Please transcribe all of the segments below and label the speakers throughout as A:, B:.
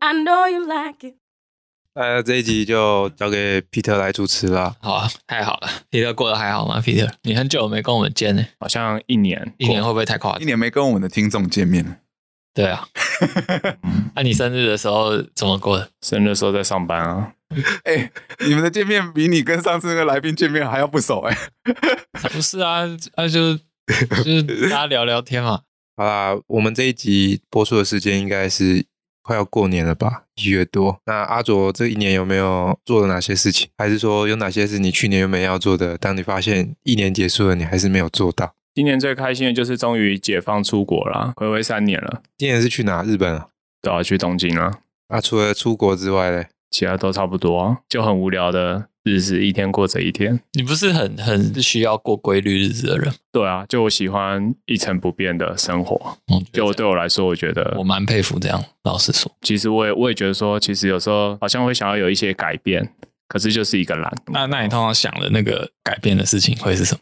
A: I know you like it。
B: 呃，这一集就交给皮特来主持啦。
C: 好啊，太好了。皮特过得还好吗？皮特，你很久没跟我们见呢，
D: 好像一年
C: 一年会不会太夸
E: 一
C: 张？
E: 年没跟我们的听众见面了，
C: 对 啊。那、你生日的时候怎么过的？
D: 生日的时候在上班啊，
E: 哎、你们的见面比你跟上次那个来宾见面还要不熟哎、
C: 不是啊，啊就就是大家聊聊天嘛。
B: 好啦，我们这一集播出的时间应该是快要过年了吧，一月多。那阿卓这一年有没有做了哪些事情？还是说有哪些是你去年原本要做的，当你发现一年结束了，你还是没有做到？
D: 今年最开心的就是终于解放出国啦，回违三年了，
B: 今年是去哪？日本啊？
D: 都要、去东京了，
B: 啊，除了出国之外嘞，
D: 其他都差不多啊，就很无聊的日子，一天过着一天。
C: 你不是很很需要过规律日子的人吗？
D: 对啊，就我喜欢一成不变的生活。
C: 嗯，
D: 就
C: 这
D: 对我来说，我觉得
C: 样我蛮佩服这样。老实说，
D: 其实我也我也觉得说，其实有时候好像会想要有一些改变，可是就是一个懒。
C: 那那你通常想的那个改变的事情会是什么？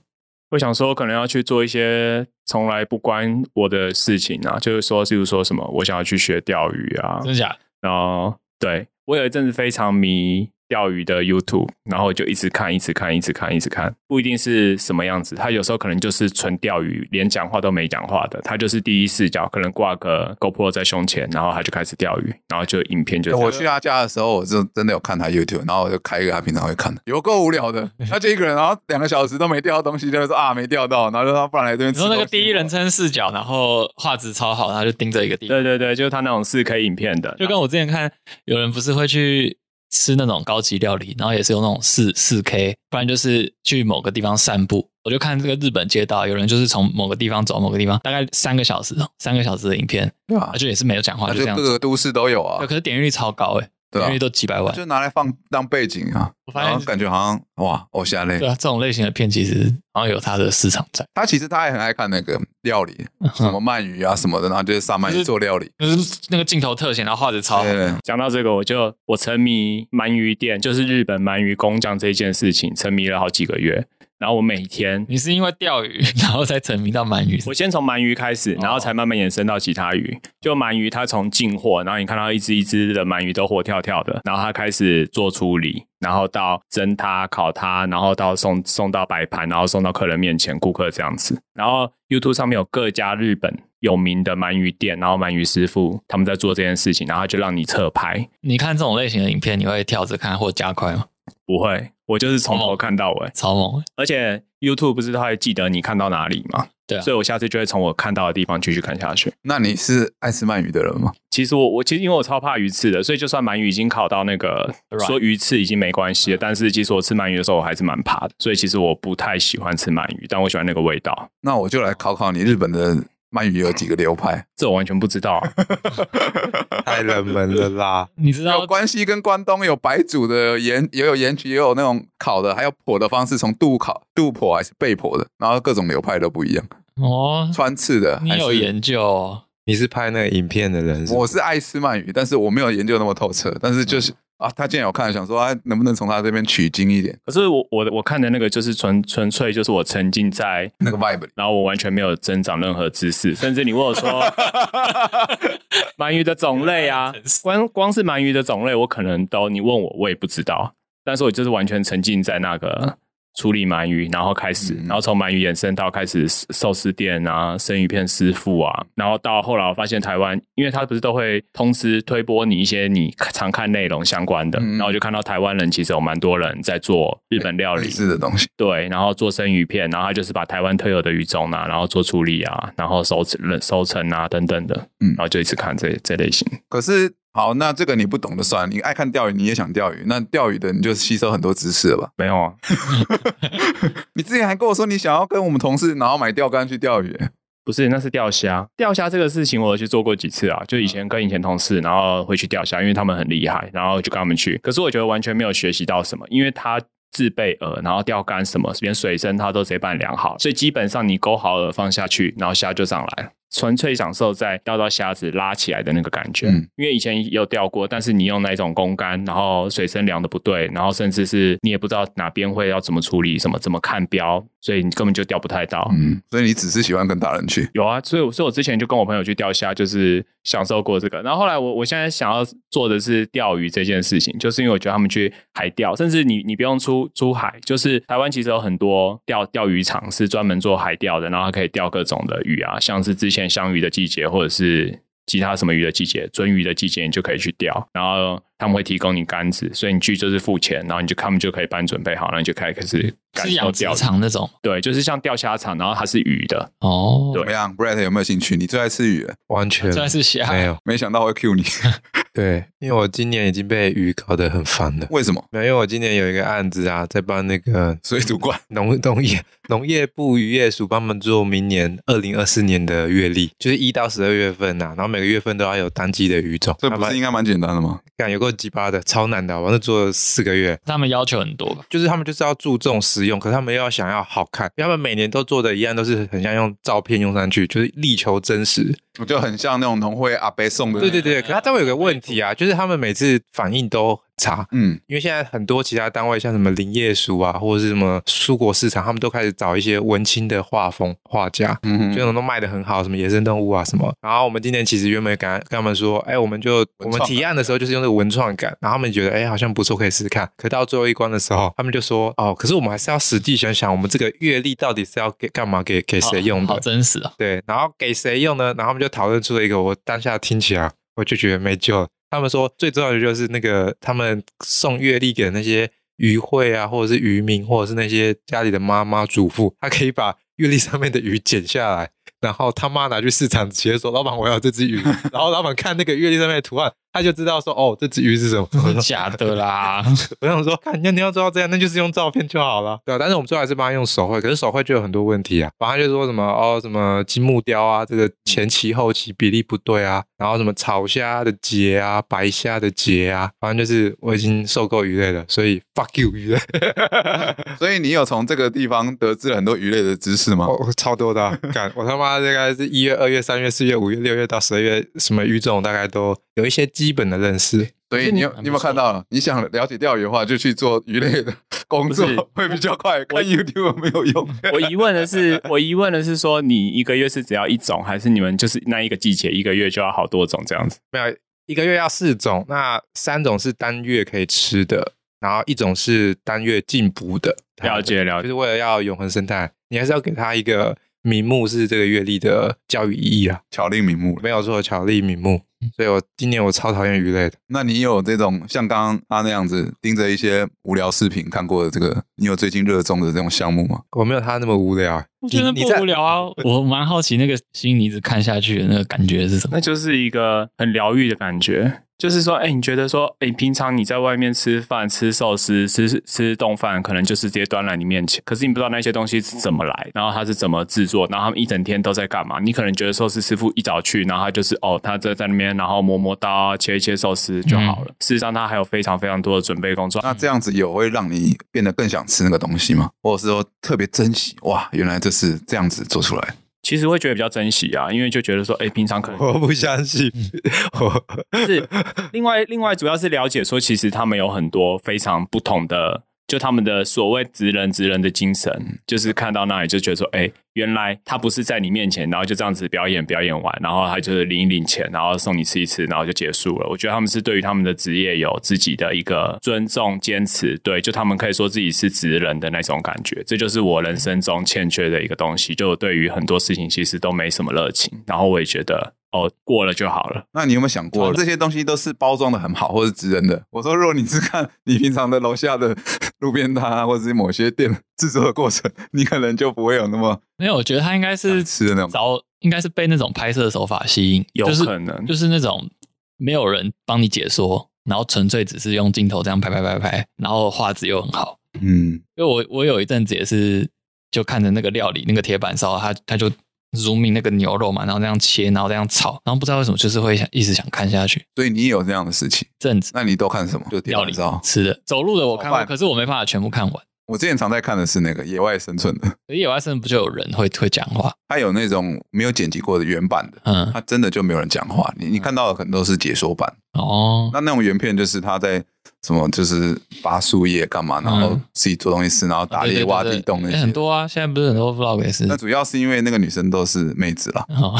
D: 我想说，可能要去做一些从来不关我的事情啊，就是说，例如说什么，我想要去学钓鱼啊，
C: 真假？
D: 然后对我有一阵子非常迷钓鱼的 YouTube，然后我就一直看，一直看，一直看，一直看，不一定是什么样子，它有时候可能就是纯钓鱼，连讲话都没讲话的，它就是第一视角，可能挂个 GoPro 在胸前，然后他就开始钓鱼，然后就影
C: 哎
D: 片就
E: 我去他家的时候，我就真的有看他 YouTube，然后我就开一个他平常会看的，有够无聊的。他就一个人，然后两个小时都没钓到东西，就会说啊没钓到，然后就说不然来这边
C: 你
E: 吃。
C: 说那个第一人，称视角，然后画质超好，然后就盯着一个地方，
D: 对对对，就是他那种四 K 影片的，
C: 就跟我之前看有人不是会去吃那种高级料理，然后也是用那种四四 K，不然就是去某个地方散步。我就看这个日本街道，有人就是从某个地方走到某个地方，大概三个小时哦，三个小时的影片，
E: 对吧
C: 而？且也是没有讲话，
E: 他
C: 就
E: 就
C: 这样
E: 各
C: 子。
E: 啊个都市都有啊
C: 对，可，是点阅率超高哎、
E: 对
C: 点
E: 啊
C: 阅率，都几百万。
E: 就拿来放当背景啊。
C: 我发
E: 然后
C: 现，
E: 感觉好像哇，哦偶像类
C: 对。啊，这种类型的片其实好像有它的市场在，
E: 他其实他也很爱看那个料理，什么鳗鱼啊什么的，然后就是上鳗鱼做料理。
C: 嗯就是那个镜头特写，然后画质超好。
E: 对，
D: 讲到这个，我就我沉迷鳗鱼店，就是日本鳗鱼工匠这件事情，沉迷了好几个月。然后我每天，
C: 你是因为钓鱼，然后才沉迷到鳗鱼？
D: 我先从鳗鱼开始，然后
C: 哦
D: 才慢慢延伸到其他鱼。就鳗鱼，它从进货，然后你看到一只一只的鳗鱼都活跳跳的，然后它开始做处理，然后到蒸它、烤它，然后到送送到摆盘，然后送到客人面前，顾客这样子。然后 YouTube 上面有各家日本有名的鳗鱼店，然后鳗鱼师傅他们在做这件事情，然后他就让你侧拍。
C: 你看这种类型的影片，你会跳着看或加快吗？
D: 不会，我就是从
C: 哦
D: 头看到尾。
C: 超猛欸！
D: 而且 YouTube 不是它会记得你看到哪里吗？
C: 对啊
D: 所以我下次就会从我看到的地方继续看下去。
E: 那你是爱吃鳗鱼的人吗？
D: 其实我我其实因为我超怕鱼刺的，所以就算鳗鱼已经烤到那个
C: 软
D: 说鱼刺已经没关系了，但是其实我吃鳗鱼的时候我还是蛮怕的，所以其实我不太喜欢吃鳗鱼，但我喜欢那个味道。
E: 那我就来考考你，日本的鳗鱼有几个 流派？
D: 这我完全不知道、啊，
B: 太冷门了啦。
C: 你知道
E: 有关西跟关东有白煮的盐，也有盐焗，也有那种烤的，还有剖的方式，从肚烤、肚剖还是背剖的，然后各种流派都不一样，
C: 哦，
E: 穿刺的。
C: 你有
E: 还是？
C: 研究、哦？
B: 你是拍那个影片的人是不
E: 我
B: 是
E: 是爱吃鳗鱼，但是我没有研究那么透彻，但是
C: 嗯
E: 就是。啊，他竟然有看，想说啊，能不能从他这边取经一点
D: 可是我我的我看的那个就是纯纯粹就是我沉浸在，
E: 那个 vibe 里？
D: 然后我完全没有增长任何知识，甚至你问我 说鳗鱼的种类啊，光光是鳗鱼的种类，我可能都你问我，我也不知道。但是我就是完全沉浸在那个处理鳗鱼，然后开始，
E: 嗯
D: 然后从鳗鱼延伸到开始寿司店啊、生鱼片师傅啊，然后到后来我发现台湾，因为他不是都会通知推播你一些你常看内容相关的，
E: 嗯
D: 然后我就看到台湾人其实有蛮多人在做日本料理
E: 类，似的东西，
D: 对，然后做生鱼片，然后他就是把台湾特有的鱼种啊，然后做处理啊，然后收成收成啊等等的，
E: 嗯
D: 然后就一直看这这类型。
E: 可是好，那这个你不懂的算，你爱看钓鱼，你也想钓鱼，那钓鱼的你就吸收很多知识了吧？
D: 没有啊，
E: 你之前还跟我说你想要跟我们同事，然后买钓竿去钓鱼，
D: 不是，那是钓虾。钓虾这个事情，我有去做过几次啊。就
E: 嗯
D: 以前跟以前同事，然后会去钓虾，因为他们很厉害，然后就跟他们去。可是我觉得完全没有学习到什么，因为他自备饵，然后钓竿什么，连水深他都直接帮你量好，所以基本上你勾好饵放下去，然后虾就上来了。纯粹享受在钓到虾子拉起来的那个感觉。
E: 嗯
D: 因为以前有钓过，但是你用那种公竿，然后水深量的不对，然后甚至是你也不知道哪边会要怎么处理，什么怎么看标，所以你根本就钓不太到。
E: 嗯，所以你只是喜欢跟大人去，
D: 有啊，所以我所以我之前就跟我朋友去钓虾，就是享受过这个。然后后来我我现在想要做的是钓鱼这件事情，就是因为我觉得他们去海钓，甚至你你不用出出海，就是台湾其实有很多钓钓鱼场是专门做海钓的，然后它可以钓各种的鱼啊，像是之前香鱼的季节，或者是其他什么鱼的季节、鳟鱼的季节，你就可以去钓。然后他们会提供你杆子，所以你去就是付钱，然后你就他们就可以帮你准备好，然后你就开始感
C: 是
D: 受
C: 养
D: 钓
C: 殖
D: 鱼。
C: 场那种
D: 对，就是像钓虾场，然后它是鱼的，
C: 哦，
D: 对
E: 怎么样？Brett 有没有兴趣？你最爱吃鱼了，
B: 完全
C: 这还是虾，
B: 没有。
E: 没想到会 cue 你，
B: 对，因为我今年已经被鱼搞得很烦了。
E: 为什么？
B: 没有，因为我今年有一个案子啊，在帮那个
E: 水煮罐，
B: 农 农业农业部渔业署帮他们做明年二零二四年的月历，就是一到十二月份呐、啊，然后每个月份都要有单季的鱼种。
E: 这不是应该蛮简单的吗？
B: 干有够鸡巴的，超难的，我那做了四个月。
C: 他们要求很多吧？
B: 就是他们就是要注重实用，可是他们又要想要好看，因为他们每年都做的一样，都是很像用照片用上去，就是力求真实。
E: 我就很像那种农会阿伯送的，
B: 对对，对，可他都会有个问题啊，就是他们每次反应都很差，
E: 嗯，
B: 因为现在很多其他单位，像什么林业署啊，或者是什么蔬果市场，他们都开始找一些文青的画风画家，
E: 嗯哼
B: 就那种都卖的很好，什么野生动物啊什么。然后我们今年其实原本跟跟他们说，哎，我们就我
E: 文创
B: 们
E: 感
B: 提案的时候就是用这个文创感，然后他们觉得哎好像不错，可以试试看。可到最后一关的时候，他们就说哦，可是我们还是要实际想想，我们这个阅历到底是要给干嘛给给谁用
C: 好
B: 的
C: 好？真实哦。
B: 对，然后给谁用呢？然后他们就讨论出了一个，我当下听起来我就觉得没救了。他们说最重要的就是那个他们送月历给那些渔会啊，或者是渔民，或者是那些家里的妈妈、主妇，他可以把月历上面的鱼剪下来，然后他妈拿去市场直接说：“老板，我要这只鱼。”然后老板看那个月历上面的图案，他就知道说：“哦，这只鱼是什么。”
C: 假的啦，
B: 我想说，看，那你要做到这样，那就是用照片就好了。对啊，但是我们最后还是帮他用手绘，可是手绘就有很多问题啊。然后他就说什么哦，什么金木雕啊，这个前期后期比例不对啊，然后什么草虾的节啊，白虾的节啊，反正就是我已经受够鱼类了，所以 fuck you 鱼类，
E: 所以你有从这个地方得知了很多鱼类的知识吗？
B: 我、我超多的、啊，干，我他妈大概是一月、二月、三月、四月、五月、六月到十二月，什么鱼种大概都有一些基本的认识。
E: 所以你有
C: 这你
E: 你有没有看到？你想了解钓鱼的话，就去做鱼类的工作
D: 不是
E: 会比较快。看 YouTube 有没有用，
D: 我疑问的是，我疑问的是说，你一个月是只要一种，还是你们就是那一个季节一个月就要好多种这样子？
B: 没有，一个月要四种，那三种是单月可以吃的，然后一种是单月进补的。
D: 了解了
B: 就
D: 解，
B: 是为了要永恒生态，你还是要给它一个名目是这个阅历的教育意义啊，
E: 巧立名目了。
B: 没有错，巧立名目。
D: 嗯
B: 所以我今年我超讨厌鱼类的，
E: 那你有这种像刚刚他那样子盯着一些无聊视频看过的这个，你有最近热衷的这种项目吗？
B: 我没有它那么无聊
D: 嗯
B: 啊。
C: 我觉得
B: 你你在
C: 不无聊啊。我蛮好奇那个心你一直看下去的那个感觉是什么？
D: 那就是一个很疗愈的感觉。就是说，哎、你觉得说，哎、平常你在外面吃饭、吃寿司、吃吃冻饭，可能就是直接端来你面前，可是你不知道那些东西是怎么来，然后它是怎么制作，然后他们一整天都在干嘛？你可能觉得寿司师傅一早去，然后他就是哦，他在在那边，然后磨磨刀啊，切一切寿司就好了。事实上，他还有非常非常多的准备工作。
C: 嗯
E: 那这样子有会让你变得更想吃那个东西吗？或者是说特别珍惜？哇，原来这是这样子做出来。
D: 其实会觉得比较珍惜啊，因为就觉得说，哎、平常可能
B: 我不相信，
D: 嗯
B: 我
D: 是另外另外主要是了解说，其实他们有很多非常不同的，就他们的所谓职人职人的精神，就是看到那里就觉得说，哎、原来他不是在你面前，然后就这样子表演表演完，然后他就是领一领钱，然后送你吃一吃，然后就结束了。我觉得他们是对于他们的职业有自己的一个尊重坚持，对，就他们可以说自己是职人的那种感觉，这就是我人生中欠缺的一个东西。就我对于很多事情其实都没什么热情，然后我也觉得哦，过了就好了。
E: 那你有没有想过，这些东西都是包装的很好，或是直人的？我说，如果你是看你平常的楼下的 路边摊啊，或者是某些店制作的过程，你可能就不会有那么
C: 没有，我觉得他应该是
E: 想吃的那种。
C: 找，应该是被那种拍摄手法吸引，
D: 有
C: 就是
D: 可能
C: 就是那种没有人帮你解说，然后纯粹只是用镜头这样拍拍拍拍，然后画质又很好。
E: 嗯，
C: 因为我我有一阵子也是就看着那个料理那个铁板烧，他他就 zoom in 那个牛肉嘛，然后这样切，然后这样炒，然后不知道为什么就是会想一直想看下去。
E: 所以你也有这样的事情，
C: 阵子
E: 那你都看什么？就
C: 料
E: 点
C: 理
E: 知道。
C: 吃的走路的我看
E: 炒
C: 过，
E: 饭
C: 可是我没办法全部看完。
E: 我之前常在看的是那个野外生存的，
C: 可是野外生存不就有人会会讲话？
E: 它有那种没有剪辑过的原版的，
C: 嗯，
E: 它真的就没有人讲话，你你看到的可能都是解说版。
C: 哦，
E: 那那种原片就是他在什么，就是拔树叶干嘛，然后自己做东西吃，然后打
C: 嗯对
E: 猎、
C: 对对
E: 挖
C: 对
E: 地洞那
C: 欸很
E: 些。
C: 多啊，现在不是很多 vlog 也是
E: 那。主要是因为那个女生都是妹子啦。
C: 哦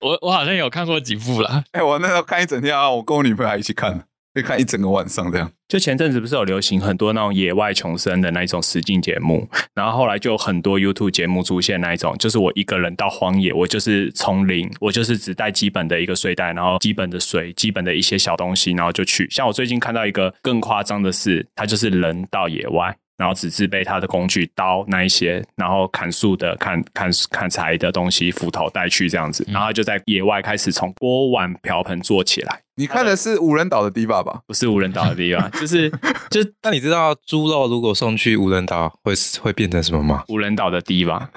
C: 我我好像有看过几部啦，
E: 哎、我那时候看一整天啊，我跟我女朋友还一起看，可以看一整个晚上这样。
D: 就前阵子不是有流行很多那种野外求生的那一种实境节目，然后后来就有很多 YouTube 节目出现那一种，就是我一个人到荒野，我就是从零，我就是只带基本的一个睡袋，然后基本的水、基本的一些小东西，然后就去。像我最近看到一个更夸张的是，他就是人到野外。然后只自备他的工具刀那一些，然后砍树的、砍砍砍柴的东西、斧头带去这样子，然后就在野外开始从锅碗瓢盆做起来，
E: 你看的是无人岛的堤坝吧？
D: 不是无人岛的地方，就是就
B: 那你知道猪肉如果送去无人岛会会变成什么吗？
D: 无人岛的堤吧。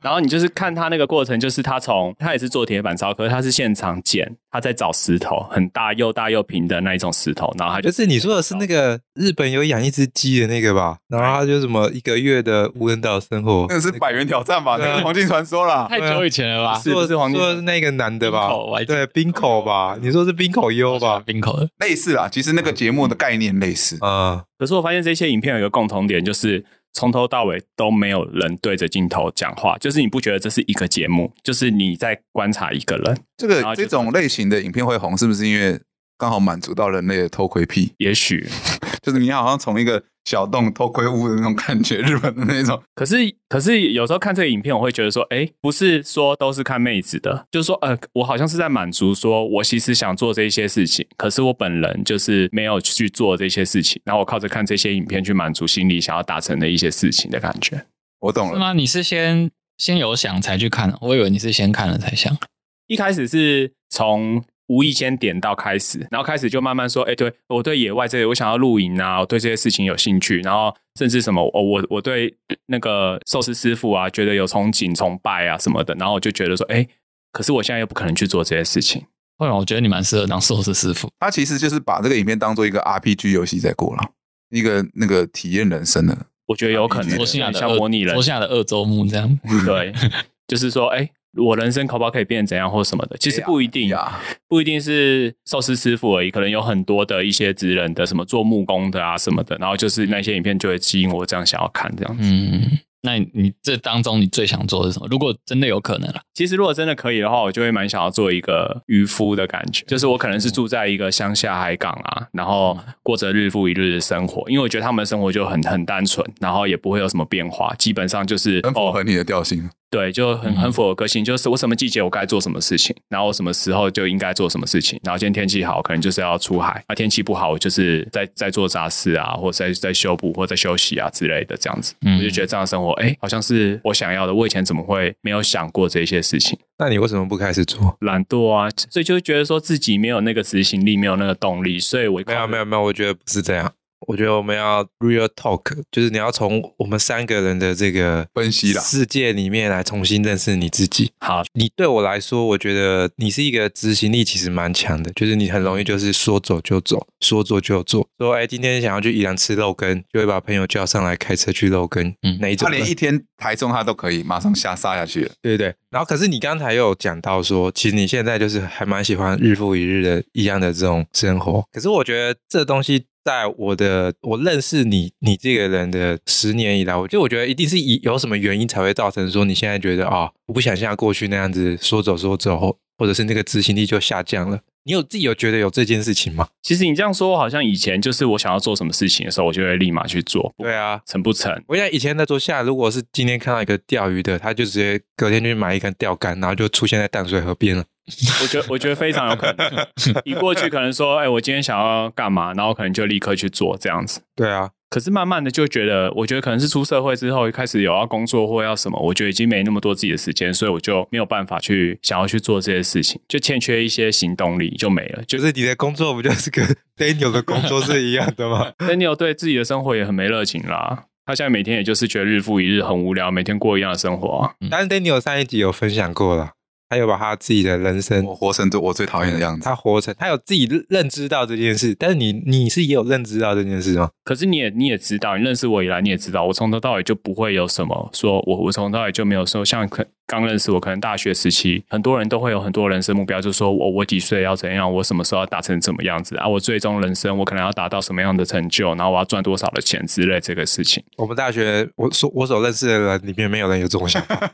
D: 然后你就是看他那个过程，就是他从他也是做铁板烧，可是他是现场剪，他在找石头，很大又大又平的那一种石头，然后啊他就
B: 就是你说的是那个日本有养一只鸡的那个吧？然后他就什么一个月的无人岛生活
E: 那，个是百元挑战吧？那
B: 对啊
E: 个黄金传说啦。
C: 太久以前了吧？
D: 是不
B: 说
D: 是黄金
B: 说的是那个男的吧
C: 啊冰口我还？记嗯
B: 对，冰口吧？你说是冰口优吧？
C: 冰口的，
E: 类似啦，其实那个节目的概念类似。
B: 啊，
D: 可是我发现这些影片有一个共同点，就是从头到尾都没有人对着镜头讲话，就是你不觉得这是一个节目，就是你在观察一个人。
E: 这个
D: 然后就
E: 这种类型的影片会红，是不是因为刚好满足到人类的偷窥癖？
D: 也许，
E: 就是你好像从一个小洞偷窥屋的那种感觉，日本的那种。
D: 可是可是有时候看这个影片，我会觉得说，哎，不是说都是看妹子的，就是说，呃，我好像是在满足说，我其实想做这些事情，可是我本人就是没有去做这些事情，然后我靠着看这些影片去满足心里想要达成的一些事情的感觉。
E: 我懂
C: 是
E: 了，
C: 吗？你是先先有想才去看，哦我以为你是先看了才想。
D: 一开始是从无意间点到开始，然后开始就慢慢说，哎、对我对野外这些，我想要露营啊，我对这些事情有兴趣，然后甚至什么，哦，我我对那个寿司师傅啊，觉得有憧憬、崇拜啊什么的，然后我就觉得说，哎、可是我现在又不可能去做这些事情。
C: 会吗？我觉得你蛮适合当寿司师 傅。
E: 他其实就是把这个影片当做一个 RPG 游戏在过了，一个那个体验人生的。
D: 我觉得有可能
E: 对
C: 罗西亚的
D: 像
C: 二
D: 模拟人
C: 罗西亚的二周目这样。
D: 对，就是说，哎、我人生可不好可以变成怎样或什么的？其实不一定
E: 呀，
D: 不一定是寿司师傅而已，可能有很多的一些职人的什么做木工的啊什么的，然后就是那些影片就会吸引我这样想要看这样子。
C: 嗯，那你你这当中你最想做的是什么？如果真的有可能了，啊
D: 其实如果真的可以的话，我就会蛮想要做一个渔夫的感觉，就是我可能是住在一个乡下海港啊，然后过着日复一日的生活，因为我觉得他们的生活就很很单纯，然后也不会有什么变化，基本上就是
E: 很符
D: 哦
E: 合你的调性。
D: 对，就很
C: 嗯
D: 很符合我个性，就是我什么季节我该做什么事情，然后我什么时候就应该做什么事情。然后今天天气好，可能就是要出海；啊，天气不好，我就是在在做杂事啊，或者在在修补或在休息啊之类的这样子。
C: 嗯
D: 我就觉得这样的生活，哎、好像是我想要的。我以前怎么会没有想过这些事情？
B: 那你为什么不开始做？
D: 懒惰啊，所以就觉得说自己没有那个执行力，没有那个动力，所以我
B: 没有没有没有，我觉得不是这样。我觉得我们要 real talk，就是你要从我们三个人的这个
E: 分析啦
B: 世界里面来重新认识你自己。
D: 好，
B: 你对我来说，我觉得你是一个执行力其实蛮强的，就是你很容易就是说走就走，说做就做。说哎，今天想要去宜兰吃肉羹，就会把朋友叫上来开车去肉羹，
C: 嗯
B: 哪一
E: 他
B: 种人？
E: 连一天台中他都可以马上下杀下去了。
B: 对对对。然后可是你刚才又有讲到说，其实你现在就是还蛮喜欢日复一日的一样的这种生活。可是我觉得这东西在我的我认识你你这个人的十年以来，我就我觉得一定是以有什么原因才会造成说你现在觉得啊、我不想像过去那样子说走说走，或或者是那个执行力就下降了。你有自己有觉得有这件事情吗？
D: 其实你这样说，我好像以前就是我想要做什么事情的时候，我就会立马去做，
B: 对啊，
D: 成不成？
B: 我想以前在桌下，如果是今天看到一个钓鱼的，他就直接隔天就去买一根钓竿，然后就出现在淡水河边了。
D: 我觉得我觉得非常有可能。你过去可能说，哎、我今天想要干嘛，然后可能就立刻去做这样子。
B: 对啊，
D: 可是慢慢的就觉得，我觉得可能是出社会之后，开始有要工作或要什么，我觉得已经没那么多自己的时间，所以我就没有办法去想要去做这些事情，就欠缺一些行动力，就没了。就
B: 就是是你的工作不就是跟 Daniel 的工作是一样的 吗？
D: Daniel 对自己的生活也很没热情啦。他现在每天也就是觉得日复一日很无聊，每天过一样的生活啊、
B: 但是 Daniel 上一集有分享过了，他有把他自己的人生
E: 我活成哦我最讨厌的样子。
B: 他活成，他有自己认知到这件事，但是你你是也有认知到这件事吗？
D: 可是你也你也知道，你认识我以来你也知道，我从头到尾就不会有什么说我我从头到尾就没有说像可刚认识我，可能大学时期很多人都会有很多人生目标，就说我我几岁要怎样，我什么时候要达成怎么样子啊，我最终人生我可能要达到什么样的成就，然后我要赚多少的钱之类这个事 情，
B: 我们大学我所我所认识的人里面没有人有这种想 法，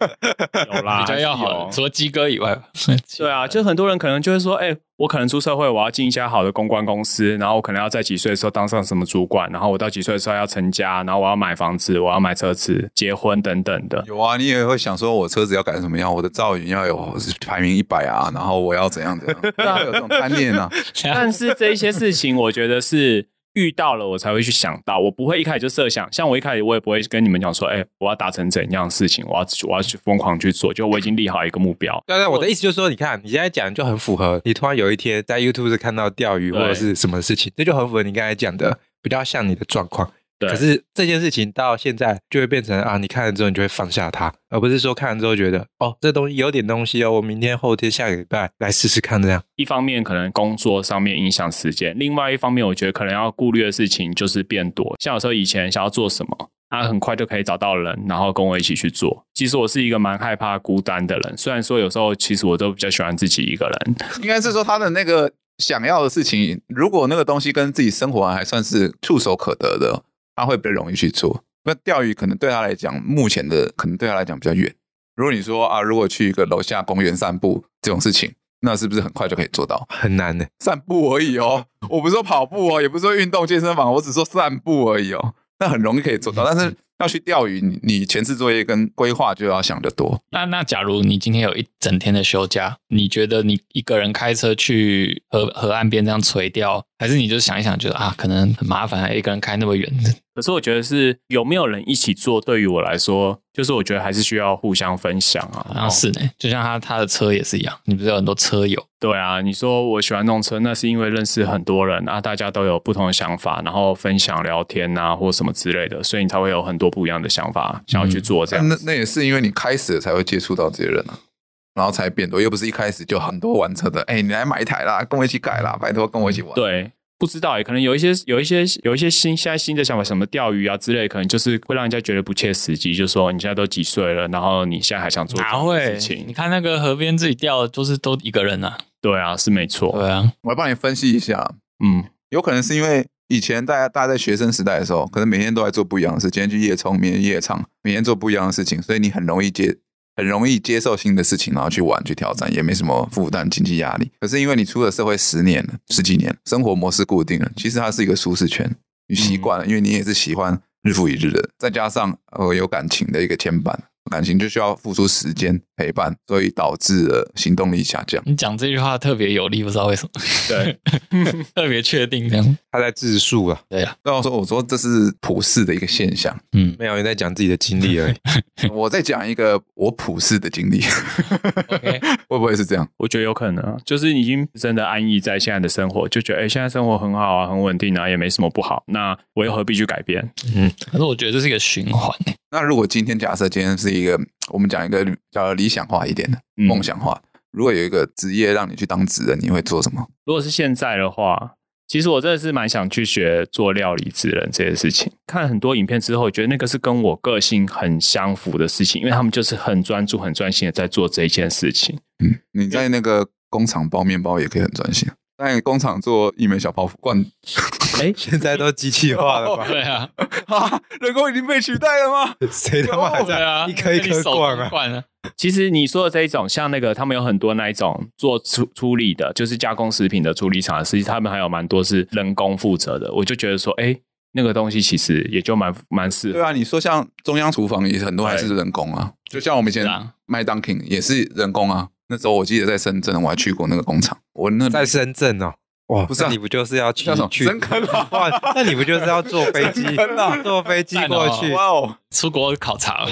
D: 有啦，
C: 比较要
D: 啊还是有
C: 好，除了鸡哥以外，
D: 对 啊，就很多人可能就会说，哎、我可能出社会，我要进一家好的公关公司，然后我可能要在几岁的时候当上什么主管，然后我到几岁的时候要成家，然后我要买房子，我要买车子、结婚等等的。
E: 有啊，你也会想说，我车子要改成什么样，我的造型要有排名一百啊，然后我要怎样怎 样，会有这种贪念啊。
D: 但是这一些事情，我觉得是遇到了我才会去想到，我不会一开始就设想。像我一开始，我也不会跟你们讲说，哎、我要达成怎样的事情，我要我要去疯狂去做，就我已经立好一个目标。
B: 对对，我的意思就是说，你看你现在讲就很符合，你突然有一天在 YouTube 是看到钓鱼
D: 对
B: 或者是什么事情，这就很符合你刚才讲的，比较像你的状况。
D: 对
B: 可是这件事情到现在就会变成啊，你看了之后你就会放下它，而不是说看了之后觉得哦，这东西有点东西哦，我明天、后天、下个礼拜来试试看这样。
D: 一方面可能工作上面影响时间，另外一方面我觉得可能要顾虑的事情就是变多。像有时候以前想要做什么，他、很快就可以找到人，然后跟我一起去做。其实我是一个蛮害怕孤单的人，虽然说有时候其实我都比较喜欢自己一个人。
E: 应该是说他的那个想要的事情，如果那个东西跟自己生活还算是触手可得的，他会比较容易去做。那钓鱼可能对他来讲，目前的可能对他来讲比较远。如果你说啊，如果去一个楼下公园散步这种事情，那是不是很快就可以做到？
B: 很难的。
E: 散步而已哦，我不是说跑步哦，也不是说运动健身房，我只说散步而已哦。那很容易可以做到，但是要去钓鱼，你你前置作业跟规划就要想得多。
C: 那那假如你今天有一整天的休假，你觉得你一个人开车去河河岸边这样垂钓，还是你就想一想，觉得啊可能很麻烦，一个人开那么远，
D: 可是我觉得是有没有人一起做，对于我来说，就是我觉得还是需要互相分享啊。
C: 好像是呢。就像他他的车也是一样，你不是有很多车友，
D: 对啊，你说我喜欢弄车，那是因为认识很多人啊，大家都有不同的想法，然后分享聊天啊，或什么之类的，所以你才会有很多不一样的想法，想要去做这样。
E: 嗯那那也是因为你开始了才会接触到这些人啊，然后才变多，又不是一开始就很多玩车的。哎、你来买一台啦，跟我一起改啦，拜托跟我一起玩。，
D: 对，不知道哎、可能有一些、有一些、有一些新现在新的想法，什么钓鱼啊之类，可能就是会让人家觉得不切实际，就说你现在都几岁了，然后你现在还想做这样的事
C: 你
D: 情？
C: 看那个河边自己钓，就是都一个人啊。
D: 对啊，是没错。
C: 对啊，
E: 我来帮你分析一下，啊
D: 嗯，
E: 有可能是因为以前大家大家在学生时代的时候，可能每天都在做不一样的事，今天去夜冲，明天夜唱，每天做不一样的事情，所以你很容易接很容易接受新的事情，然后去玩去挑战，也没什么负担经济压力。可是因为你出了社会十年了十几年，生活模式固定了，其实它是一个舒适圈，你习惯了，因为你也是喜欢日复一日的，再加上呃有感情的一个牵绊。感情就需要付出时间陪伴，所以导致了行动力下降。
C: 你讲这句话特别有力，不知道为什么，
D: 对，
C: 特别确定这样。
B: 他在自述啊，
C: 对啊，
E: 那我说，我说这是普世的一个现象。
C: 嗯
B: 没有你在讲自己的经历 而已。
E: 我再讲一个我普世的经历，
C: ，OK，
E: 会不会是这样？
D: 我觉得有可能啊，就是你已经真的安逸在现在的生活，就觉得哎、诶现在生活很好啊，很稳定啊，也没什么不好，那我又何必去改变？
C: 可是我觉得这是一个循 环欸
E: 那如果今天假设今天是一个，我们讲一个比较理想化一点的
D: 嗯
E: 梦想化，如果有一个职业让你去当职人，你会做什么？
D: 如果是现在的话，其实我真的是蛮想去学做料理职人这件事情。看很多影片之后，觉得那个是跟我个性很相符的事情，因为他们就是很专注、很专心的在做这一件事情。
E: 嗯，你在那个工厂包面包也可以很专心，在工厂做一枚小泡芙罐，
D: 哎、
B: 现在都机器化了吧？
C: 对啊，
E: 哈，人工已经被取代了吗？
B: 谁 他妈还
C: 对
B: 在
C: 啊，
B: 一颗一
C: 跟你
B: 颗
C: 手
B: 逛啊？
C: 灌啊，
D: 其实你说的这一种，像那个他们有很多那一种做处处理的，就是加工食品的处理厂，实际他们还有蛮多是人工负责的。我就觉得说，哎、那个东西其实也就蛮蛮适合
E: 对。啊，你说像中央厨房也很多还是人工啊，就像我们以前
C: 是啊
E: 麦当 king 也是人工啊。那时候我记得在深圳，我还去过那个工厂，我那
B: 在深圳哦。哇，
E: 不是啊
B: 那你不就是要去
E: 叫什么
B: 去
E: 深坑啊
B: 哇，那你不就是要坐飞机
E: 深坑啊
B: 坐飞机过去？
E: 哇哦，
C: 出国考察了，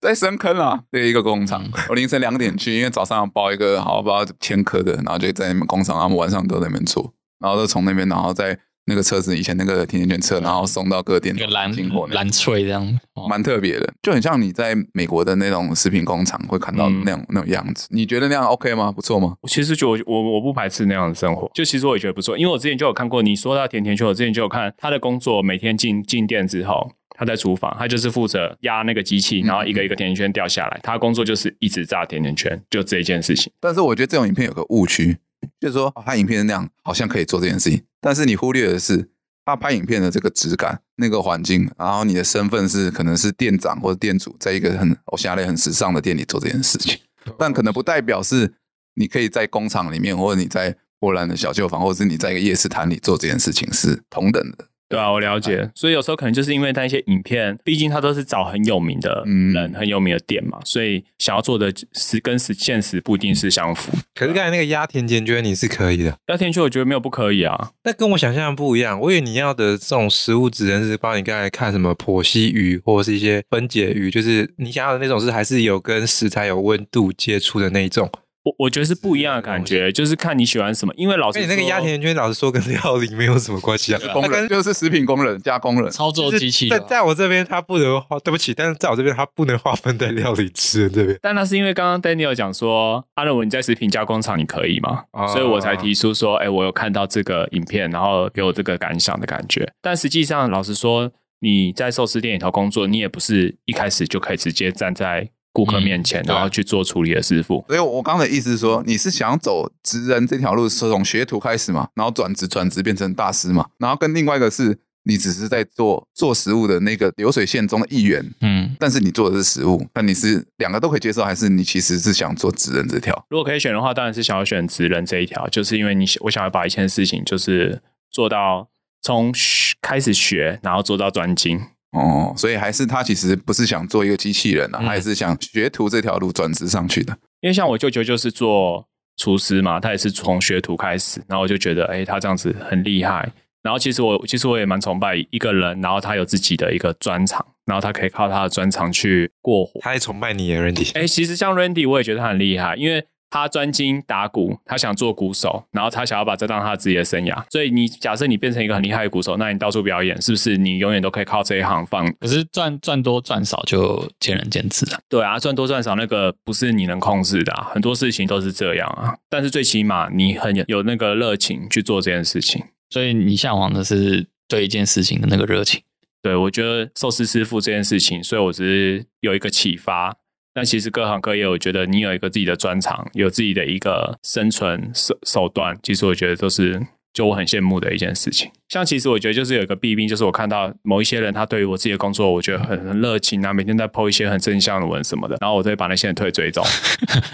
E: 在深坑啊，对一个工厂，我凌晨两点去，因为早上要包一个好不知道千颗的，然后就在那边工厂，他们晚上都在那边做，然后就从那边，然后再那个车子，以前那个甜甜圈车，然后送到各店
C: 那个蓝
E: 进货那种
C: 蓝翠这样，哦
E: 蛮特别的，就很像你在美国的那种食品工厂会看到
C: 嗯
E: 那种、那种样子。你觉得那样 OK 吗？不错吗？
D: 我其实觉得我我我不排斥那样的生活，就其实我也觉得不错，因为我之前就有看过你说到甜甜圈，我之前就有看他的工作，每天进进店之后。他在厨房，他就是负责压那个机器，然后一个一个甜甜圈掉下来。他的工作就是一直炸甜甜圈，就这一件事情。
E: 但是我觉得这种影片有个误区，就是说、哦、他影片是那样，好像可以做这件事情，但是你忽略的是他拍影片的这个质感、那个环境，然后你的身份是可能是店长或者店主，在一个很偶像类、很时尚的店里做这件事情，但可能不代表是你可以在工厂里面，或者你在波兰的小旧房，或者是你在一个夜市摊里做这件事情是同等的。
D: 对啊，我了解。所以有时候可能就是因为那些影片，毕竟他都是找很有名的人、
E: 嗯
D: 很有名的店嘛，所以想要做的实跟实现实不一定是相符。
B: 可是刚才那个压甜甜圈你是可以的，
D: 那甜甜圈我觉得没有不可以啊，
B: 那跟我想象的不一样。我以为你要的这种食物只能是帮你刚才看什么剖析鱼或者是一些分解鱼，就是你想要的那种是还是有跟食材有温度接触的那一种。
D: 我我觉得是不一样的感觉，就是看你喜欢什么。因为老师
B: 而且那个压甜甜圈，老实说跟料理没有什么关系啊。
E: 工人就是食品工人加工人，
C: 操作机器
B: 在
C: 吧，
B: 在我这边，它不能划，对不起，但是在我这边，它不能划分在料理吃人这边。
D: 但那是因为刚刚 Daniel 讲说，阿伦你在食品加工厂你可以吗？
B: 啊
D: 所以我才提出说，哎、我有看到这个影片，然后给我这个感想的感觉。但实际上，老实说，你在寿司店里头工作，你也不是一开始就可以直接站在顾客面前，
C: 对啊
D: 然后去做处理的师傅。
E: 所以我刚才的意思是说，你是想走职人这条路，是从学徒开始嘛，然后转职，转职变成大师嘛，然后跟另外一个是你只是在做做食物的那个流水线中的一员，
C: 嗯，
E: 但是你做的是食物，那你是两个都可以接受，还是你其实是想做职人这条？
D: 如果可以选的话，当然是想要选职人这一条，就是因为你我想要把一件事情就是做到从学开始学，然后做到专精。
E: 哦，所以还是他其实不是想做一个机器人啊，
C: 嗯
E: 他也是想学徒这条路转职上去的。
D: 因为像我舅舅就是做厨师嘛，他也是从学徒开始，然后我就觉得，哎、他这样子很厉害。然后其实我其实我也蛮崇拜一个人，然后他有自己的一个专长，然后他可以靠他的专长去过活。
B: 他在崇拜你，Randy。
D: 哎、其实像 Randy 我也觉得他很厉害，因为他专精打鼓，他想做鼓手，然后他想要把这当他自己的生涯。所以你假设你变成一个很厉害的鼓手，那你到处表演，是不是你永远都可以靠这一行放？
C: 可是赚赚多赚少就见仁见智啊。
D: 对啊，赚多赚少那个不是你能控制的、啊，很多事情都是这样啊。但是最起码你很有那个热情去做这件事情。
C: 所以你向往的是对一件事情的那个热情，
D: 对我觉得寿司师傅这件事情，所以我只是有一个启发。但其实各行各业，我觉得你有一个自己的专长，有自己的一个生存手手段，其实我觉得都是就我很羡慕的一件事情。像其实我觉得就是有一个弊病，就是我看到某一些人，他对于我自己的工作，我觉得很很热情啊，每天在 PO 一些很正向的文什么的，然后我都会把那些人推追踪。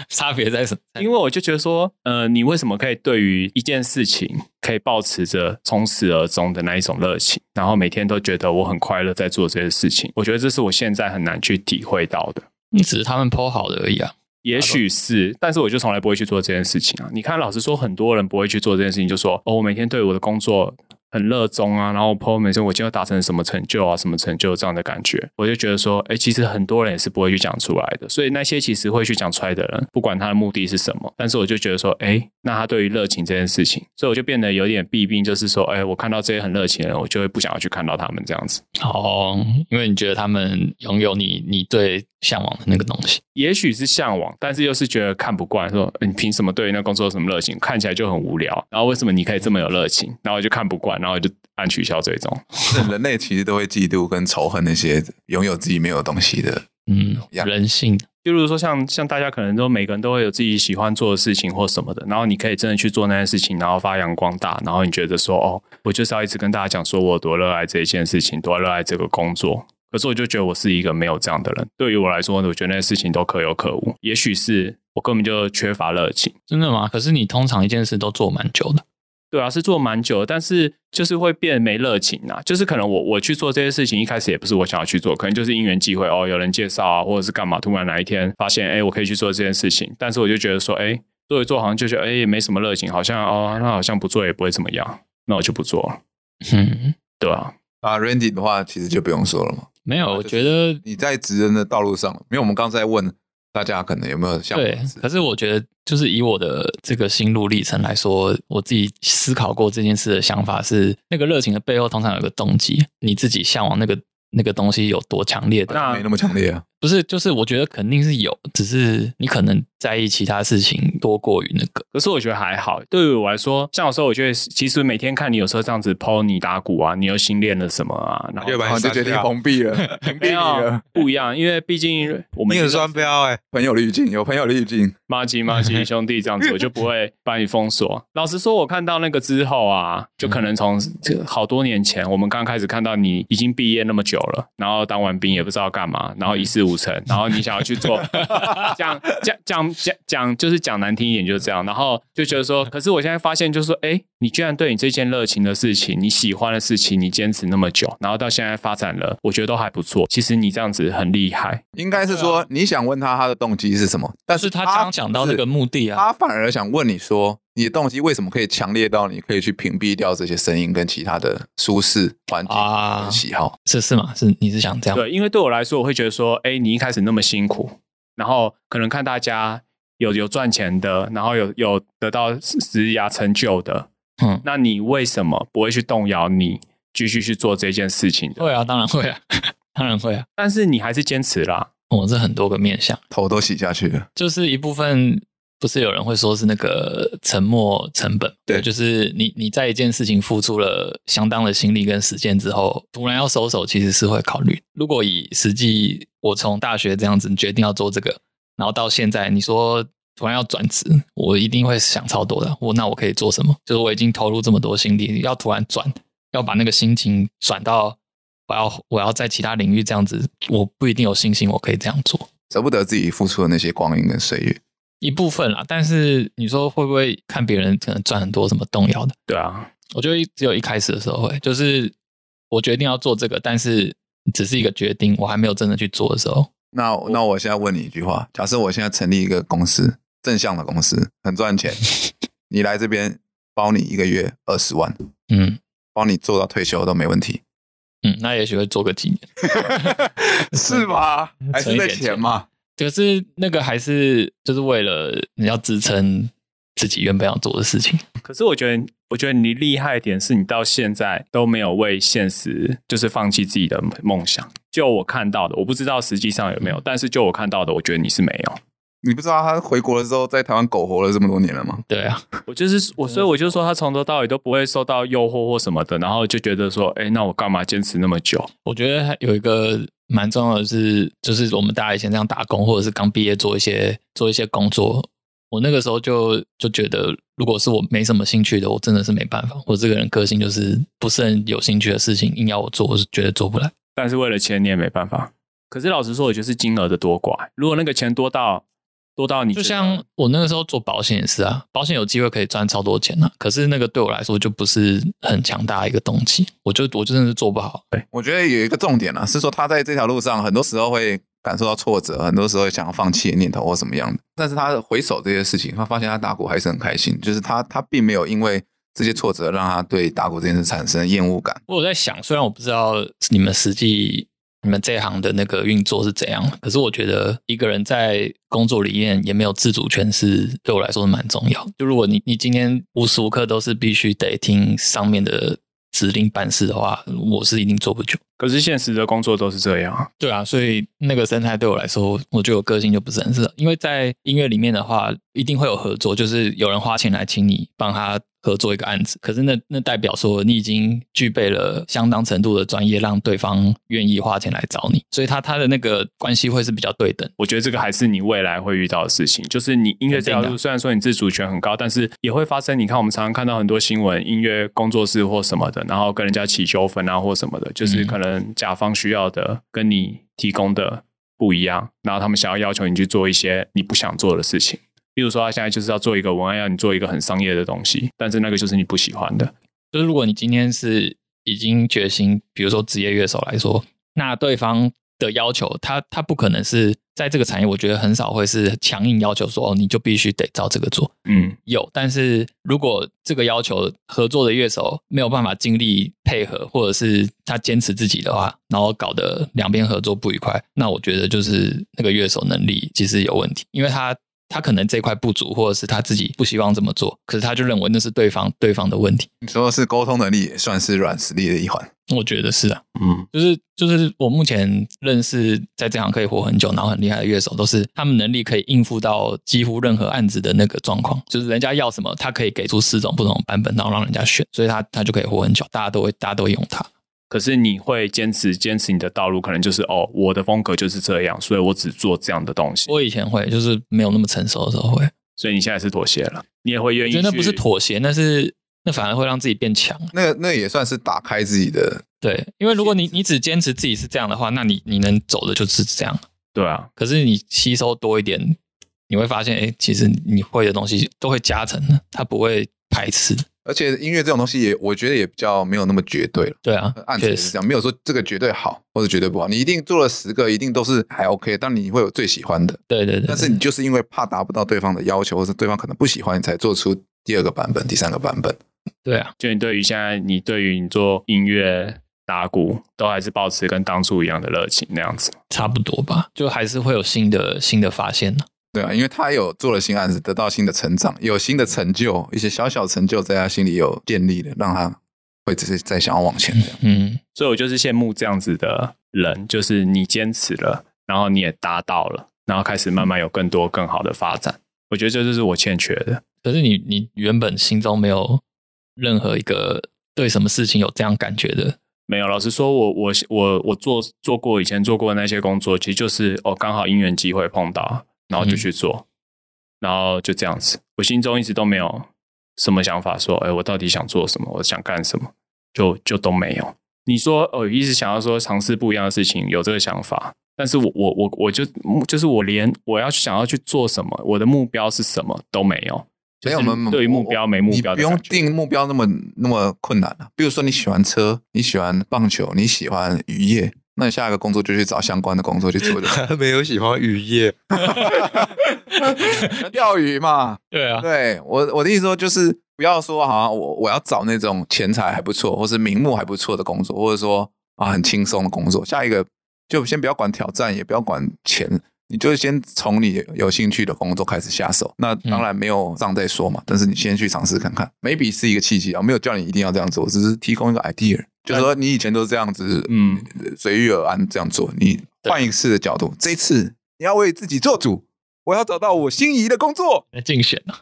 C: 差别在什么？
D: 因为我就觉得说，呃，你为什么可以对于一件事情可以保持着从始而终的那一种热情，然后每天都觉得我很快乐在做这些事情？我觉得这是我现在很难去体会到的。
C: 只是他们剖好的而已啊。
D: 也许是，但是我就从来不会去做这件事情啊。你看，老实说，很多人不会去做这件事情，就说哦，我每天对我的工作很热衷啊，然后我 PO 每天我今天又达成什么成就啊，什么成就这样的感觉，我就觉得说，哎、其实很多人也是不会去讲出来的。所以那些其实会去讲出来的人，不管他的目的是什么，但是我就觉得说，哎、那他对于热情这件事情，所以我就变得有点弊病，就是说，哎、我看到这些很热情的人，我就会不想要去看到他们这样子。
C: 哦，因为你觉得他们拥有你你最向往的那个东西。
D: 也许是向往，但是又是觉得看不惯，说欸你凭什么对那工作有什么热情？看起来就很无聊，然后为什么你可以这么有热情？然后我就看不惯，然后我就按取消追踪。
E: 是人类其实都会嫉妒跟仇恨那些拥有自己没有东西的。
C: 嗯，
E: Yeah
C: 人性
D: 就比如说像像大家可能都每个人都会有自己喜欢做的事情或什么的，然后你可以真的去做那件事情，然后发扬光大，然后你觉得说哦，我就是要一直跟大家讲说我有多热爱这一件事情，多热爱这个工作。可是我就觉得我是一个没有这样的人，对于我来说，我觉得那些事情都可有可无。也许是我根本就缺乏热情。
C: 真的吗？可是你通常一件事都做蛮久的，
D: 对啊，是做蛮久的，但是就是会变没热情啊。就是可能我我去做这些事情，一开始也不是我想要去做，可能就是因缘际会哦，有人介绍啊，或者是干嘛，突然哪一天发现，哎，我可以去做这件事情，但是我就觉得说，哎，做一做好像就觉得，哎，也没什么热情，好像哦，那好像不做也不会怎么样，那我就不做了，
C: 嗯，
D: 对啊。
E: 啊，Randy 的话其实就不用说了嘛，
C: 啊没有，我觉得
E: 你在职人的道路上，因为我们刚才问大家可能有没有像
C: 对，可是我觉得，就是以我的这个心路历程来说，我自己思考过这件事的想法是，那个热情的背后通常有个动机，你自己向往那个那个东西有多强烈的，
D: 那
E: 没那么强烈啊？
C: 不是？就是我觉得肯定是有，只是你可能在意其他事情多过于那个。
D: 可是我觉得还好，对于我来说，像有时候我觉得，其实每天看你有时候这样子抛你打鼓啊，你又新练了什么啊，然后
B: 六百
E: 然后就决定
B: 红，
E: 屏蔽 了，屏蔽
D: 没
E: 你
D: 有
E: 了。
D: 不一样，因为毕竟我们
B: 你很双标哎、
E: 朋友滤镜有朋友滤镜，
D: 妈吉妈吉兄弟这样子，我就不会把你封锁。老实说，我看到那个之后啊，就可能从这好多年前，我们刚开始看到你已经毕业那么久了，然后当完兵也不知道干嘛，然后一事无成，然后你想要去做，讲讲讲讲讲，就是讲难听一点就是这样，然后就觉得说，可是我现在发现就是说，哎，你居然对你这件热情的事情、你喜欢的事情，你坚持那么久，然后到现在发展了，我觉得都还不错。其实你这样子很厉害，
E: 应该是
D: 啊
E: 说你想问他他的动机是什么，但
C: 但是
E: 是
C: 他刚刚讲到那个目的啊，
E: 他反而想问你说，你的动机为什么可以强烈到你可以去屏蔽掉这些声音跟其他的舒适环境
C: 啊
E: 跟喜好？
C: 是是吗？是你是想这样？
D: 对，因为对我来说，我会觉得说，哎，你一开始那么辛苦，然后可能看大家有有赚钱的，然后有有得到职涯成就的，
C: 嗯，
D: 那你为什么不会去动摇你继续去做这件事情的？
C: 会啊，当然会啊， 当然会啊。
D: 但是你还是坚持啦。
C: 我、这很多个面向，
E: 头都洗下去了，
C: 就是一部分不是有人会说是那个沉没成本，
E: 对
C: 就是你你在一件事情付出了相当的心力跟时间之后，突然要收手，其实是会考虑。如果以实际我从大学这样子决定要做这个，然后到现在你说。突然要转职，我一定会想超多的。我那我可以做什么？就是我已经投入这么多心力，要突然转，要把那个心情转到我要我要在其他领域这样子，我不一定有信心我可以这样做。
E: 舍不得自己付出的那些光阴跟岁月。
C: 一部分啦，但是你说会不会看别人可能赚很多什么动摇的？
D: 对啊，
C: 我觉得只有一开始的时候会，就是我决定要做这个，但是只是一个决定，我还没有真的去做的时候，
E: 那那我现在问你一句话：假设我现在成立一个公司，正向的公司，很赚 钱，你来这边包你一个月二十万，
C: 嗯
E: 帮你做到退休都没问 题，
C: 嗯，那也许会做个几年，
E: 是吗？还
C: 存
E: 是
C: 一
E: 在
C: 点钱
E: 钱嘛？
C: 可是那个还是就是为了你要支撑自己原本要做的事情，
D: 可是我觉得，我觉得你厉害一点是你到现在都没有为现实就是放弃自己的梦想。就我看到的，我不知道实际上有没有，但是就我看到的，我觉得你是没有。
E: 你不知道他回国的时候在台湾苟活了这么多年了吗？
C: 对啊，
D: 我就是我，所以我就说他从头到尾都不会受到诱惑或什么的，然后就觉得说，哎，那我干嘛坚持那么久？
C: 我觉得还有一个蛮重要的是，就是我们大家以前这样打工，或者是刚毕业做一些做一些工作，我那个时候就就觉得，如果是我没什么兴趣的，我真的是没办法。我这个人个性就是不是很有兴趣的事情，硬要我做，我是绝对做不来。
D: 但是为了钱你也没办法。可是老实说，我觉得是金额的多寡。如果那个钱多到多到你觉
C: 就
D: 得
C: 像我那个时候做保险也是啊，保险有机会可以赚超多钱啊，可是那个对我来说就不是很强大的一个动机，我就我就真的是做不好。
E: 我觉得有一个重点啊，是说他在这条路上，很多时候会感受到挫折，很多时候想要放弃的念头或什么样的。但是他回首这些事情，他发现他打鼓还是很开心，就是他他并没有因为这些挫折让他对打鼓这件事产生厌恶感。
C: 我有在想，虽然我不知道你们实际你们这一行的那个运作是怎样，可是我觉得一个人在工作里面也没有自主权是对我来说是蛮重要的。就如果你你今天无时无刻都是必须得听上面的指令办事的话，我是一定做不久。
D: 可是现实的工作都是这样啊。
C: 对啊，所以那个生态对我来说，我觉得我个性就不是很适合。因为在音乐里面的话，一定会有合作，就是有人花钱来请你帮他合作一个案子。可是那那代表说你已经具备了相当程度的专业，让对方愿意花钱来找你，所以他他的那个关系会是比较对等。
D: 我觉得这个还是你未来会遇到的事情，就是你音乐这条
C: 肯定
D: 路，
C: 的
D: 虽然说你自主权很高，但是也会发生。你看，我们常常看到很多新闻，音乐工作室或什么的，然后跟人家起纠纷啊，或什么的，就是
C: 嗯
D: 可能甲方需要的跟你提供的不一样，然后他们想要要求你去做一些你不想做的事情。例如说，他现在就是要做一个文案，要你做一个很商业的东西，但是那个就是你不喜欢的。
C: 就是如果你今天是已经决心，比如说职业乐手来说，那对方的要求，它它不可能是在这个产业，我觉得很少会是强硬要求说哦，你就必须得照这个做。
D: 嗯，
C: 有，但是如果这个要求合作的乐手没有办法尽力配合，或者是他坚持自己的话，然后搞得两边合作不愉快，那我觉得就是那个乐手能力其实有问题，因为他他可能这块不足，或者是他自己不希望这么做，可是他就认为那是对方对方的问题。
E: 你说的是沟通能力也算是软实力的一环。
C: 我觉得是啊，
D: 嗯，
C: 就是就是我目前认识在这行可以活很久，然后很厉害的乐手，都是他们能力可以应付到几乎任何案子的那个状况，就是人家要什么，他可以给出四种不同的版本，然后让人家选，所以他他就可以活很久，大家都会大家都会用他。
D: 可是你会坚持坚持你的道路，可能就是哦，我的风格就是这样，所以我只做这样的东西。
C: 我以前会就是没有那么成熟的时候会，
D: 所以你现在是妥协了，你也会愿
C: 我
D: 意
C: 觉
D: 去。
C: 得那不是妥协，那是那反而会让自己变强。
E: 那个那也算是打开自己的，
C: 对，因为如果你你只坚持自己是这样的话，那你你能走的就是这样。
D: 对啊，
C: 可是你吸收多一点，你会发现，哎、其实你会的东西都会加成的，它不会排斥。
E: 而且音乐这种东西也，我觉得也比较没有那么绝对了。
C: 对啊，
E: 案子
C: 确
E: 也是
C: 实
E: 这样，没有说这个绝对好或者绝对不好，你一定做了十个，一定都是还 OK，但你会有最喜欢的。
C: 对对对。
E: 但是你就是因为怕达不到对方的要求，或是对方可能不喜欢，你才做出第二个版本、第三个版本。
C: 对啊，
D: 就你对于现在你对于你做音乐打鼓，都还是保持跟当初一样的热情那样子。
C: 差不多吧，就还是会有新的新的发现呢。
E: 对啊，因为他有做了新案子，得到新的成长，有新的成就，一些小小成就在他心里有建立的，让他会只是再想要往前这样。
C: 嗯，
D: 所以我就是羡慕这样子的人，就是你坚持了，然后你也达到了，然后开始慢慢有更多更好的发展。我觉得这就是我欠缺的。
C: 可是你你原本心中没有任何一个对什么事情有这样感觉的，
D: 没有，老实说我，我我我做做过以前做过的那些工作，其实就是哦，刚好因缘机会碰到，然后就去做，然后就这样子。我心中一直都没有什么想法，说，哎，我到底想做什么，我想干什么，就就都没有。你说，哦，一直想要说尝试不一样的事情，有这个想法，但是我我我我就就是我连我要想要去做什么，我的目标是什么都没有。就
E: 没
D: 是
E: 有，我们
D: 对于目标没目标的
E: 你不用
D: 感觉
E: 定目标那么那么困难啊。比如说你喜欢车，你喜欢棒球，你喜欢渔业，那你下一个工作就去找相关的工作去做 就好。
B: 哎没有喜欢雨夜，
E: 钓鱼嘛，
C: 对啊，
E: 对我我的意思说就是不要说好像我我要找那种钱财还不错，或是名目还不错的工作，或者说啊很轻松的工作。下一个就先不要管挑战，也不要管钱，你就先从你有兴趣的工作开始下手。那当然没有上再说嘛，但是你先去尝试看看，maybe 是一个契机啊。没有叫你一定要这样做，只是提供一个 idea，就是说你以前都是这样子，
D: 嗯，
E: 随遇而安这样做，你换一次的角度，这一次你要为自己做主。我要找到我心仪的工作，
C: 那竞选啊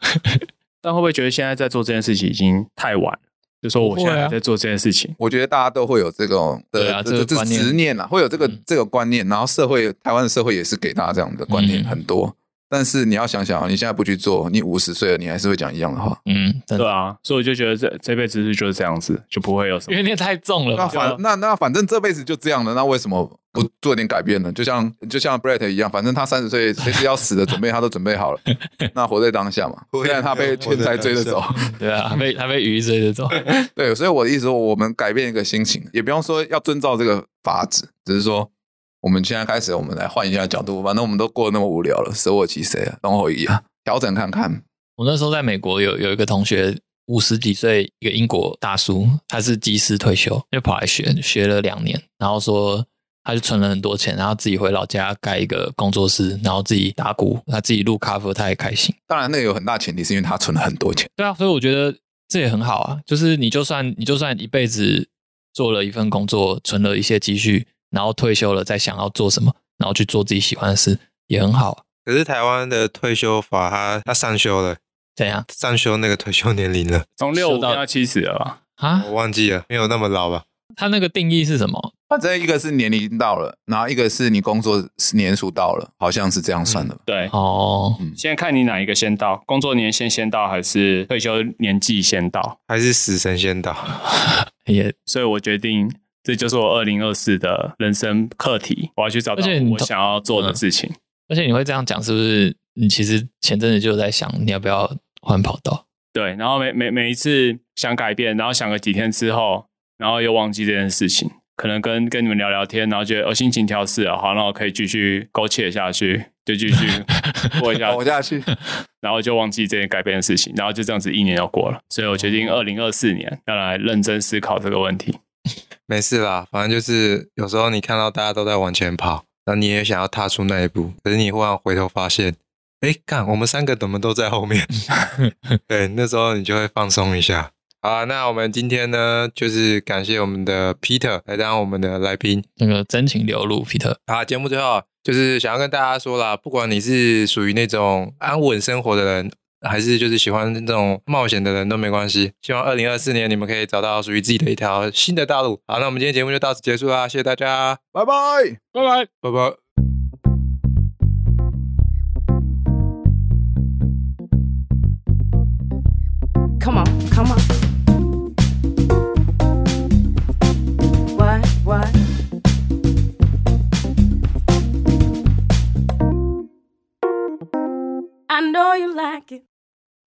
D: 但会不会觉得现在在做这件事情已经太晚了？就说我现
C: 不会
D: 在
C: 啊
D: 还在做这件事情，
E: 我觉得大家都会有这种
C: 对
E: 的
C: 啊
E: 这
C: 这个
E: 这
C: 观念
E: 执念啊，会有这个
C: 嗯
E: 这个观念，然后社会台湾的社会也是给大家这样的观念
C: 嗯
E: 很多。但是你要想想啊，你现在不去做，你五十岁了，你还是会讲一样的话。
C: 嗯，真
D: 对
C: 的，
D: 啊，所以我就觉得这这辈子是就是这样子，就不会有什
C: 因
D: 么。
C: 为那太重了
E: 那
C: 吧，
E: 反那那反正这辈子就这样了，那为什么不
C: 嗯
E: 做点改变呢？就像就像 Brett 一样，反正他三十岁随时要死的准备他都准备好 了，那活在当下嘛。
B: 活
E: 虽
B: 在
E: 然他被
B: 当下
E: 天才追着走，
C: 对啊，还被还被鱼追着走，
E: 对，所以我的意思说，我们改变一个心情，也不用说要遵照这个法子，只是说我们现在开始，我们来换一下角度。反正我们都过得那么无聊了，舍我其谁啊，然后一啊，调整看看。
C: 我那时候在美国有有一个同学，五十几岁，一个英国大叔，他是技师退休，就跑来学，学了两年，然后说他就存了很多钱，然后自己回老家盖一个工作室，然后自己打鼓，他自己录 cover，他也开心。
E: 当然，那个有很大前提是因为他存了很多钱，
C: 对啊，所以我觉得这也很好啊，就是你就算你就算一辈子做了一份工作，存了一些积蓄，然后退休了再想要做什么，然后去做自己喜欢的事，也很好、啊。
B: 可是台湾的退休法，他他上修了，
C: 怎样
B: 上修那个退休年龄了，
D: 从六五
C: 说到
D: 到七十了吧？
C: 啊
B: 我？忘记了，没有那么老吧？
C: 他那个定义是什么？
E: 反正一个是年龄到了，然后一个是你工作年数到了，好像是这样算的吧。
D: 对，
C: 哦，
D: 现在看你哪一个先到，工作年限先到还是退休年纪先到？
B: 还是死神先倒？
C: 也
D: 所以我决定，这就是我二零二四的人生课题，我要去找到
C: 而且你
D: 我想要做
C: 嗯
D: 的事情。
C: 而且你会这样讲，是不是？你其实前阵子就有在想，你要不要换跑道？
D: 对，然后每每每一次想改变，然后想个几天之后，然后又忘记这件事情，可能跟跟你们聊聊天，然后觉得哦心情调试了，好，那我可以继续苟且下去，就继续过一下，
E: 我下去，
D: 然后就忘记这件改变的事情，然后就这样子一年要过了。所以我决定二零二四年要来认真思考这个问题。
B: 没事啦，反正就是有时候你看到大家都在往前跑，然后你也想要踏出那一步，可是你忽然回头发现，哎，看我们三个怎么都在后 面？对，那时候你就会放松一下。好啊，那我们今天呢，就是感谢我们的 Peter 来当我们的来宾。
C: 那个真情流露，皮特，
B: 好，节目最后就是想要跟大家说啦，不管你是属于那种安稳生活的人，还是就是喜欢这种冒险的人都没关系。希望二零二四年你们可以找到属于自己的一条新的道路。好，那我们今天节目就到此结束啦，谢谢大家，
E: 拜拜。
D: 拜拜。
B: 拜拜。
A: Come on, come on. What, what? I know you like it.